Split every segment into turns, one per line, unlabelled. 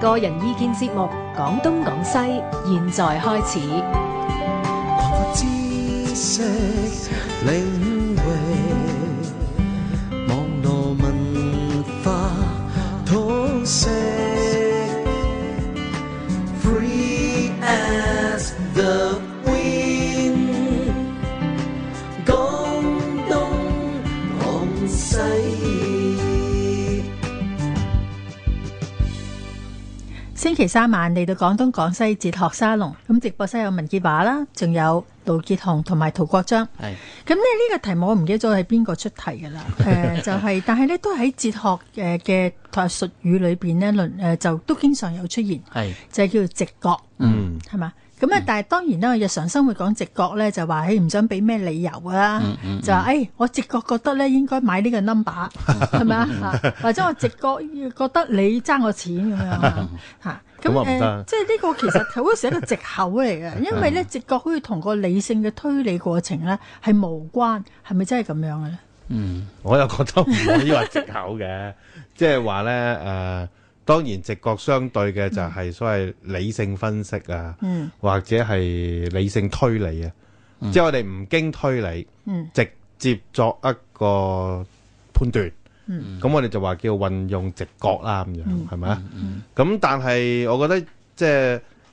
個人意見節目《講東講西》，現在開始。
擴闊知識領域，網絡文化通識，Free as the wind，講東講西。
星期三晚嚟到廣東廣西哲學沙龍，咁直播室有文潔華啦，仲有盧傑雄同埋陶國章。
係
咁咧呢個題目我唔記得咗係邊個出題㗎啦。誒、就係、但係咧都喺哲學誒嘅術語裏邊咧論誒就都經常有出現，
係
就係叫做直覺，
嗯
係嘛？咁啊，但係當然啦，日常生活講直覺咧，就話哎誒唔想俾咩理由啦，
嗯
就話誒、哎我直覺覺得咧應該買呢個 number 係咪 啊？嚇或者我直覺覺得你爭我錢咁樣 啊嚇。
咁啊
咁
唔
誒，
得
即係呢個其實好似一個藉口嚟嘅，因為咧
嗯
直覺好似同個理性嘅推理過程咧係無關，係咪真係咁樣嘅咧？
嗯
我又覺得唔可以話藉 口嘅，即係話咧誒，當然直覺相對嘅就係所謂理性分析啊，
嗯
或者係理性推理啊，即係我哋唔經推理，
嗯
直接作一個判斷。
嗯
咁我哋就話叫運用直覺啦，咁樣係咪啊？
嗯
咁但係我覺得即係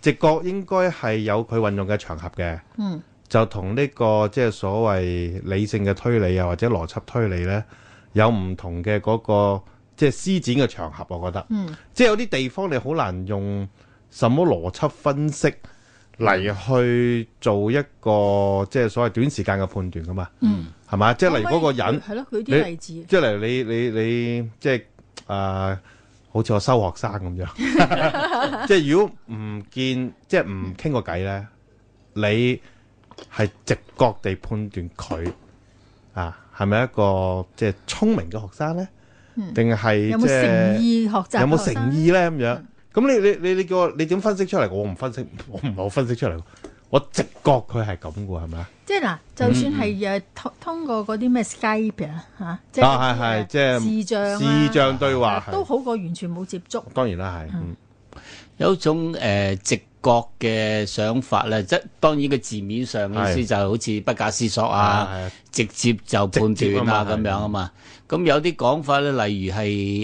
直覺應該係有佢運用嘅場合嘅。
嗯
就同呢、個即係所謂理性嘅推理啊，或者邏輯推理呢，有唔同嘅嗰、個即係施展嘅場合，我覺得，
嗯
即係有啲地方你好難用什麼邏輯分析嚟去做一個即係所謂短時間嘅判斷噶嘛，
嗯，
係嘛？即係例如嗰個人，
係咯，舉
你
啲例子，
即係例如你你你即係啊，好似我收學 生咁樣，即係如果唔見即係唔傾個偈咧，你係直覺地判斷佢啊係咪一個即係聰明嘅學生咧，定係
有冇
即係
誠意學習？
有冇誠？意咧咁樣？咁你你你你叫我你點分析出嚟？我唔分析， 我唔係好分析出嚟，我直覺佢係咁嘅喎，係咪啊？
即係嗱，就算係
嗯
誒通通過嗰啲咩 Skype 啊嚇，即係
啊係係即係
視像啊
視像對話係
都好過完全冇接觸。
當然啦，係嗯
有一種誒、呃直覺嘅想法咧，即當然個字面上嘅意
係
思就好似不假思索
係
啊
係，
直接就判
直接啊
斷
嘛
啊咁
係
樣啊嘛。咁有啲講法咧，例如係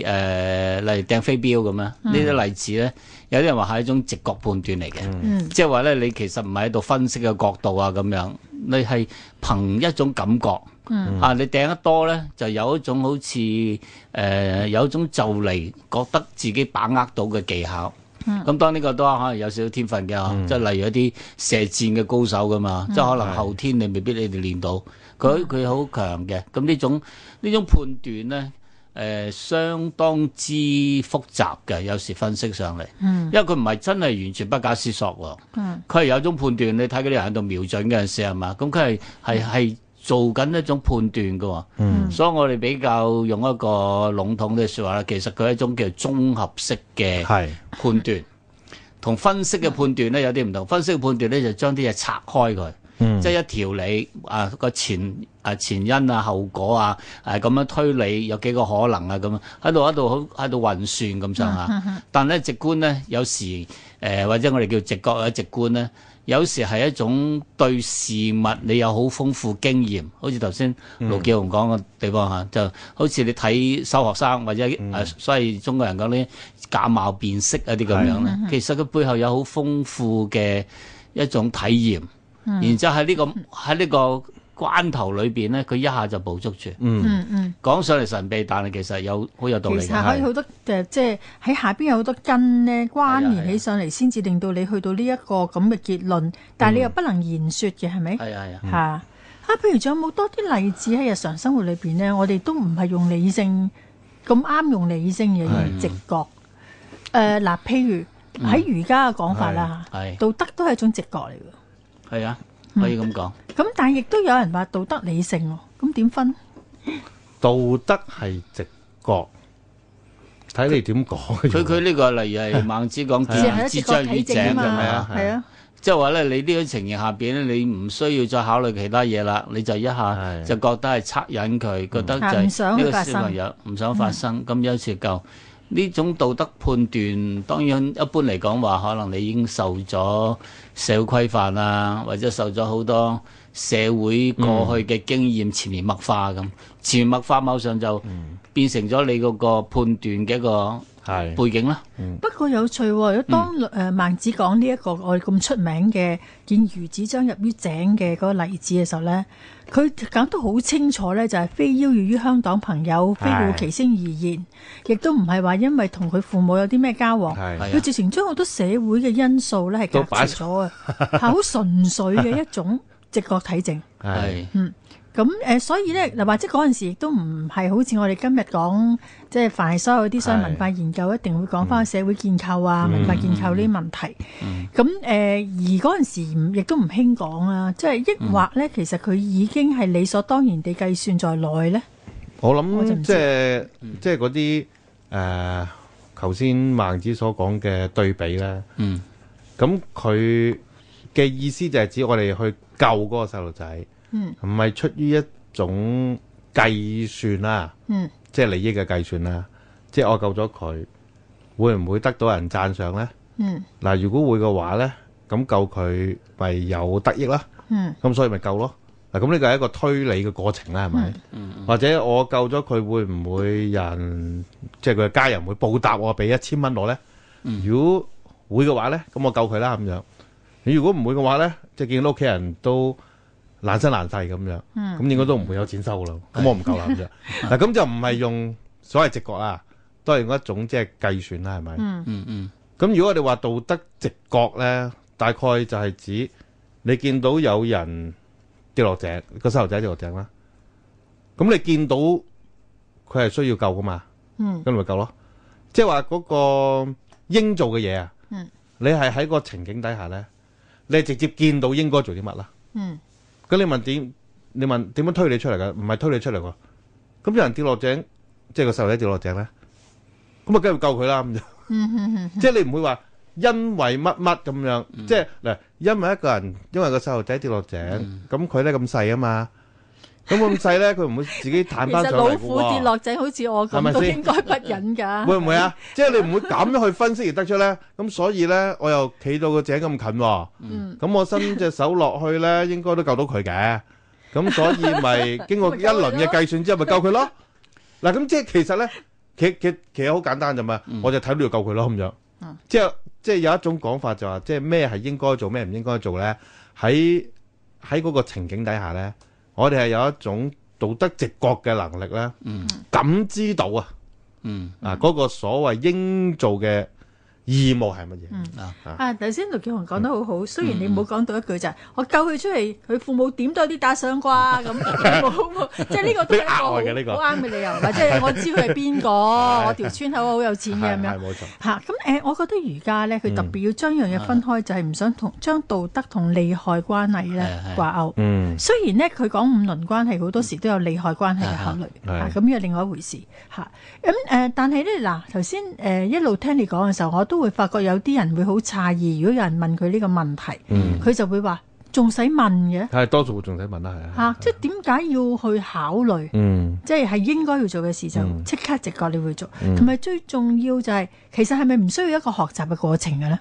誒、呃例如掟飛鏢咁樣，啊呢啲例子咧，有啲人話係一種直覺判斷嚟嘅。
嗯
即係話咧，你其實唔係喺度分析嘅角度啊，咁樣你係憑一種感覺。
嗯
啊，你掟得多咧，就有一種好似誒、呃有一種就嚟覺得自己把握到嘅技巧。咁、當呢個都可能有少少天分嘅，即係例如一啲射箭嘅高手噶嘛，即係可能後天你未必你哋練到，佢佢好強嘅。咁呢種呢種判斷咧。誒、相當之複雜嘅，有時分析上嚟，因為佢唔係真係完全不假思索喎，佢係、有一種判斷，你睇嗰啲人喺度瞄準嘅陣時係嘛，咁佢係係係做緊一種判斷嘅喎，所以我哋比較用一個籠統嘅説話啦，其實佢係一種叫綜合式嘅
係
判斷，同分析嘅判斷咧有啲唔同。分析嘅判斷咧就將啲嘢拆開佢，即係一條理啊個前啊前因啊後果啊誒咁樣推理有幾個可能啊咁樣喺度喺度好喺度運算咁上下。但咧直觀咧有時誒、呃或者我哋叫直覺或者直觀咧。有時係一種對事物你有好豐富經驗，好似頭先盧建雄講嘅地方嚇，就好似你睇收學生或者誒、呃所謂中國人講啲假貌辨識啊啲咁樣咧，其實佢背後有好豐富嘅一種體驗，
嗯
然之後喺呢、個喺呢個關頭裏邊咧，佢一下就捕捉住，
嗯
嗯嗯，
講上嚟神秘，但係其實有好有道
其
理
實
嘅。
可以好多誒，即係喺下邊有好多根咧關聯
係啊係
起
啊
上嚟，先至令到你去到呢一個咁嘅結論，但係
嗯
你又不能言説嘅，係咪？
係啊係啊，
嚇啊！譬如仲有冇多啲例子喺日常生活裏邊咧？我哋都唔係用理性咁啱用理性嘅，用直
嗯
覺。誒嗱，譬如喺儒家嘅講法啦嚇
係
道德都係一種直覺嚟嘅。
係啊，
嗯
可以咁講。
咁但係亦都有人話道德理性喎，咁點分？
道德係直覺，睇你點講。
佢佢呢個例 如係啊孟子講
只係
見
一
之
直
將
覺
與
體
井
證啊
咁
嘛
樣。，
係啊，
即係話咧，你呢種情形下邊咧，你唔需要再考慮其他嘢啦，你就一下
係嗯
就覺得係恻隱佢，覺得就
啊唔
係
想
呢
佢
個
發嗯
小朋友唔想發生，咁有時夠呢種道德判斷，當然一般嚟講話，可能你已經受咗社會規範啊，或者受咗好多社會過去嘅經驗潛移默化
嗯
咁，潛移默化某上就變成咗你嗰個判斷嘅一個
係
背景啦。
不過有趣喎，如果
嗯
當誒孟子講呢一個我哋咁出名嘅見孺子將入於井嘅嗰個例子嘅時候咧，佢講得好清楚咧，就係非邀遇於鄉黨朋友，非
係
護其聲而言，亦都唔係話因為同佢父母有啲咩交往。
係
係
佢
啊，
直情將好多社會嘅因素咧係
都
隔
擺
絕咗啊，係好純粹嘅一種直覺體證。
係
係
咁誒、呃所以咧嗱，或者嗰陣時亦都唔係好似我哋今日講，即係凡係所有啲所謂文化研究，一定會講
嗯
翻社會建構啊、文化建構呢啲問題。咁誒、呃而嗰陣時唔亦都唔興講啦，即係抑或
嗯
咧，其實佢已經係理所當然地計算在內咧。
我
我就唔
諗即係即係嗰啲誒，頭先孟子所講嘅對比咧，
嗯
咁佢嘅意思就係指我哋去救嗰個細路仔，
嗯
唔係出於一種計算啊啦，
嗯
即係利益嘅計算啦，即係我救咗佢，會唔會得到人讚賞咧？
嗯
嗱，如果會嘅話咧，咁救佢咪有得益啦。
嗯
咁所以咪救咯。嗱，咁呢個係一個推理嘅過程啦，係咪？
嗯
或者我救咗佢，會唔會人即係佢嘅家人會報答我，俾一千蚊我咧？
嗯
如果會嘅話咧，咁我救佢啦咁樣。你如果唔會嘅話咧，即係見到屋企人都爛身爛世咁樣，
嗯
咁應該都唔會有錢收啦。咁我唔救啦咁樣。 嗱，咁就唔係用所謂直覺啦，都係用一種即係計算啦，係咪？
嗯
嗯嗯
咁如果我哋話道德直覺咧，大概就係指你見到有人跌落井，個細路仔跌落井啦。咁你見到佢係需要救噶嘛？
嗯
咁你咪救咯。即係話嗰個應做嘅嘢啊，
嗯
你係喺個情景底下咧，你係直接見到應該做啲乜啦。
嗯
咁你問點？你問點樣推理出嚟㗎？唔係推理出嚟喎。咁有人跌落井，即係個細路仔跌落井咧，咁啊梗係要救佢啦咁就。
嗯
即係你唔會話因為乜乜咁樣，即係嗱，因為一個人，因為個細路仔跌落井，咁佢咧咁細啊嘛，咁佢咁細咧，佢唔會自己
其
彈翻
實
上
老
嚟
虎跌
嘅
落井，好似我
係咪
咁都
先
應該不忍㗎。
喎，會唔會 啊？即係你唔會咁樣去分析而得出咧，咁所以咧，我又企到個井咁近喎，
嗯
咁我伸隻手落去 咧，應該都救到佢嘅，咁所以 咪經過一輪嘅計算之後，咪救佢咯。嗱，咁即係其實咧，其其其實好簡單咋嘛，我就睇到要救佢咯咁樣。即係即係有一種講法就話，即係咩係應該做，咩唔應該做咧？喺喺嗰個情景底下咧，我哋係有一種道德直覺嘅能力咧，
嗯
感知到啊
嗯
啊嗰個所謂應做嘅義務係乜嘢？
啊！頭先陸建雄講得好
嗯
好，雖然你冇講到一句就係我救佢出嚟，佢父母點都有啲打賞啩 咁，冇冇，即係呢個都係一個好
呢個額外嘅呢個
好啱嘅理由，或者係我知佢係邊個， 我條村口好有錢嘅咁
係
樣
係。嗯冇錯，
嚇咁誒，我覺得儒家咧，佢特別要將樣嘢分開，就係唔想同將道德同利害關係咧
係係
掛鈎。
嗯
雖然咧佢講五倫關係好多時都有利害關係嘅考慮，
係
啊咁呢個另外一回事嚇。咁、誒，但係咧嗱，頭先誒一路聽你講嘅時候，我都會發覺有啲人會好詫異，如果有人問佢呢個問題，
嗯，
佢就會話仲使問嘅
係多數會仲使問啦，係
嚇、即係點解要去考慮？
嗯。
即係係應該要做嘅事就
嗯
即刻直覺你會做，同埋、最重要就係、其實係咪唔需要一個學習嘅過程嘅咧？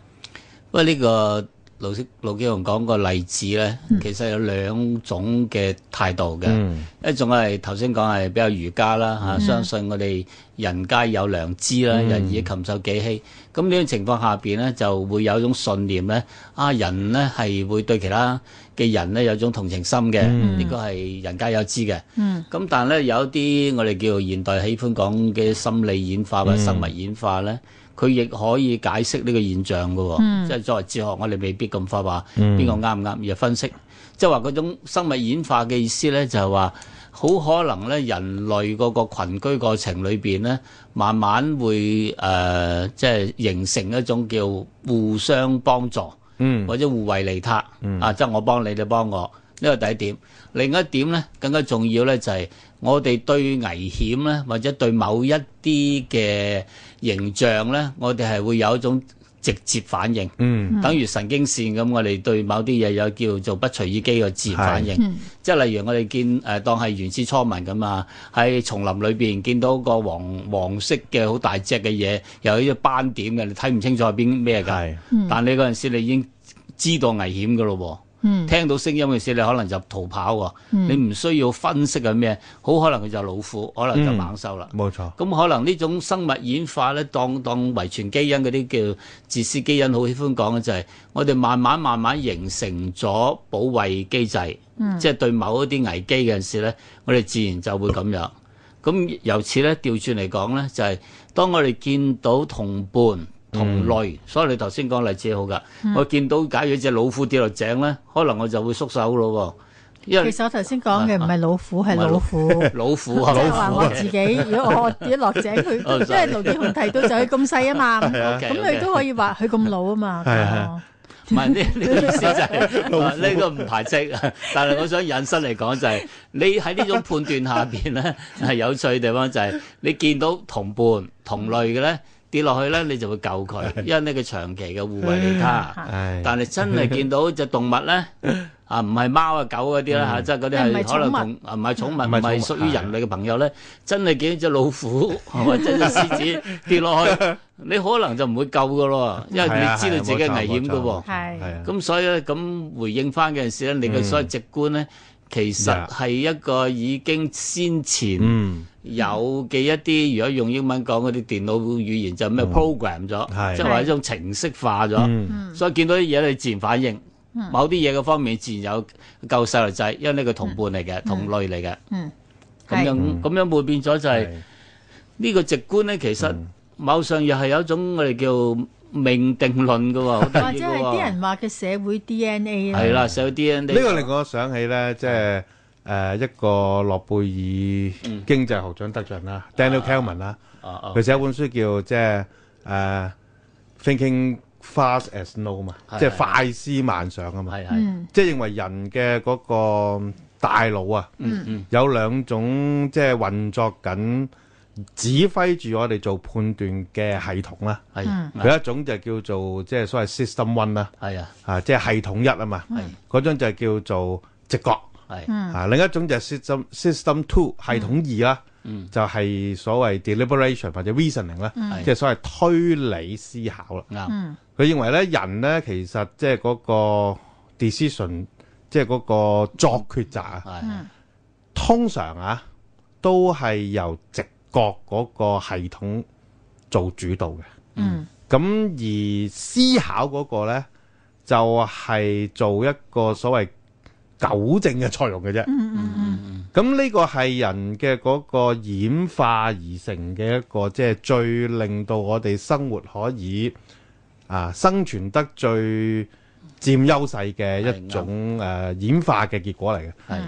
不過呢個盧式盧基雄講個例子咧，其實有兩種嘅態度嘅。
嗯
一種係頭先講係比較儒家啦嚇、相信我哋人皆有良知啦，人以禽獸己欺。咁呢種情況下邊咧，就會有一種信念咧，啊人咧係會對其他嘅人咧有種同情心嘅，呢個係人皆有之嘅。
嗯
咁但係咧有啲我哋叫做現代喜歡講嘅心理演化或者生物演化咧，佢亦、可以解釋呢個現象嘅喎、即係作為哲學，我哋未必咁快話邊個啱唔啱，而係分析，即係話嗰種生物演化嘅意思咧，就係話好可能咧人類嗰個群居過程裏邊咧，慢慢會誒、呃即係形成一種叫互相幫助。
嗯
或者互惠利他，啊，即係我幫你，你幫我，呢個第一點。另一點咧，更加重要咧就係、我哋對危險咧，或者對某一啲嘅形象咧，我哋係會有一種直接反應。
嗯
等於神經線咁，我哋對某啲嘢有叫做不隨意肌嘅自然反應，
嗯
即係例如我哋見誒、呃、當係原始初民咁啊，喺叢林裏邊見到個黃黃色嘅好大隻嘅嘢，又有啲斑點嘅，你睇唔清楚係邊咩㗎
係。嗯
但你嗰陣時你已經知道危險㗎咯
嗯
喎，聽到聲音嘅時你可能就逃跑喎，你唔需要分析係咩，好可能佢就老虎，可
嗯
能就猛獸啦。
冇錯，
咁可能呢種生物演化咧，當當遺傳基因嗰啲叫自私基因，好喜歡講嘅就係、我哋慢慢慢慢形成咗保衛機制，
嗯
即係對某一啲危機嘅陣時咧，我哋自然就會咁樣。咁由此咧調轉嚟講咧，就係、當我哋見到同伴。同類，所以你頭先講例子好噶。
嗯
我見到假如只老虎跌落井咧，可能我就會縮手咯喎，因為
其實我頭先講嘅唔係老虎，係老虎。
老虎
即
啊，
係話我自 己，如果我跌落井，佢
哦
因為盧建雄提到就佢咁細啊嘛，
啊
咁佢都可以話佢咁老啊嘛。
係啊
唔係呢呢個意思就係、 啊呢個唔排斥， 但係我想引申嚟講就係、你喺呢種判斷下邊咧係有趣嘅地方就係、你見到同伴同類嘅咧跌落去咧，你就會救佢，因為呢個長期嘅互惠利他。
唉，
但係真係見到只動物咧，啊唔係貓啊狗嗰啲啦嚇，即係嗰
唔
啲
係
係可
寵
能同啊唔係寵物，
唔
唔
係
係
寵物
屬於人類嘅朋友咧，真係見到只老虎 或者只獅子跌落去，你可能就唔會救噶咯，因為
係啊
你知道自己危
係啊冇錯
險噶
冇
喎
錯。
係
係啊，
咁所以咧，咁回應翻嗰陣時咧，
嗯
你嘅所謂直觀咧，其實
Yeah
係一個已經先前
嗯，
有嘅一啲，如果用英文講嗰啲電腦語言就咩 program 咗，
嗯係
即係話一種程式化咗。
嗯，
所以見到啲嘢你自然反應，
嗯
某啲嘢嘅方面自然有救細路仔，因為呢個同伴嚟嘅，同類嚟嘅。
嗯
咁
係
樣咁樣會變咗就係、
嗯係嗯
呢個直觀咧，其實某上又係有一種我哋叫命定論嘅喎，好
或
得意
者
嘅
係啲
喎。
人話嘅社會 DNA
係
啦，
啦，有啲人
呢個令我想起咧，即係誒一個諾貝爾經濟學獎得獎啦，Daniel Kahneman 啦，
啊啊
佢寫一本書叫即係誒 Thinking Fast as No 嘛，
係
即係
係
快思慢想啊嘛。
係係
嗯
即係認為人嘅嗰個大腦啊，
嗯嗯
有兩種即係運作緊、指揮住我哋做判斷嘅系統啦。
係
有一種就叫做即係所謂 system one 啦，
係啊
啊，即係系統一啊嘛。
嗯
嗰種就叫做直覺，
係
啊，另一種就係 system system two 系統二啦，
嗯
就係所謂 deliberation 或者 reasoning 啦，即係所謂推理思考啦。
啱
佢認為咧，人咧其實即係嗰個 decision，即係嗰個作抉擇啊，
係
通常啊都係由直覺嗰個系統做主導嘅。
嗯，
咁而思考嗰個咧就係、做一個所謂糾正嘅作用嘅啫。嗯嗯嗯。咁呢個係人嘅嗰個演化而成嘅一個，即係最令到我哋生活可以啊生存得最佔優勢嘅一種誒、呃演化嘅結果嚟嘅。
係。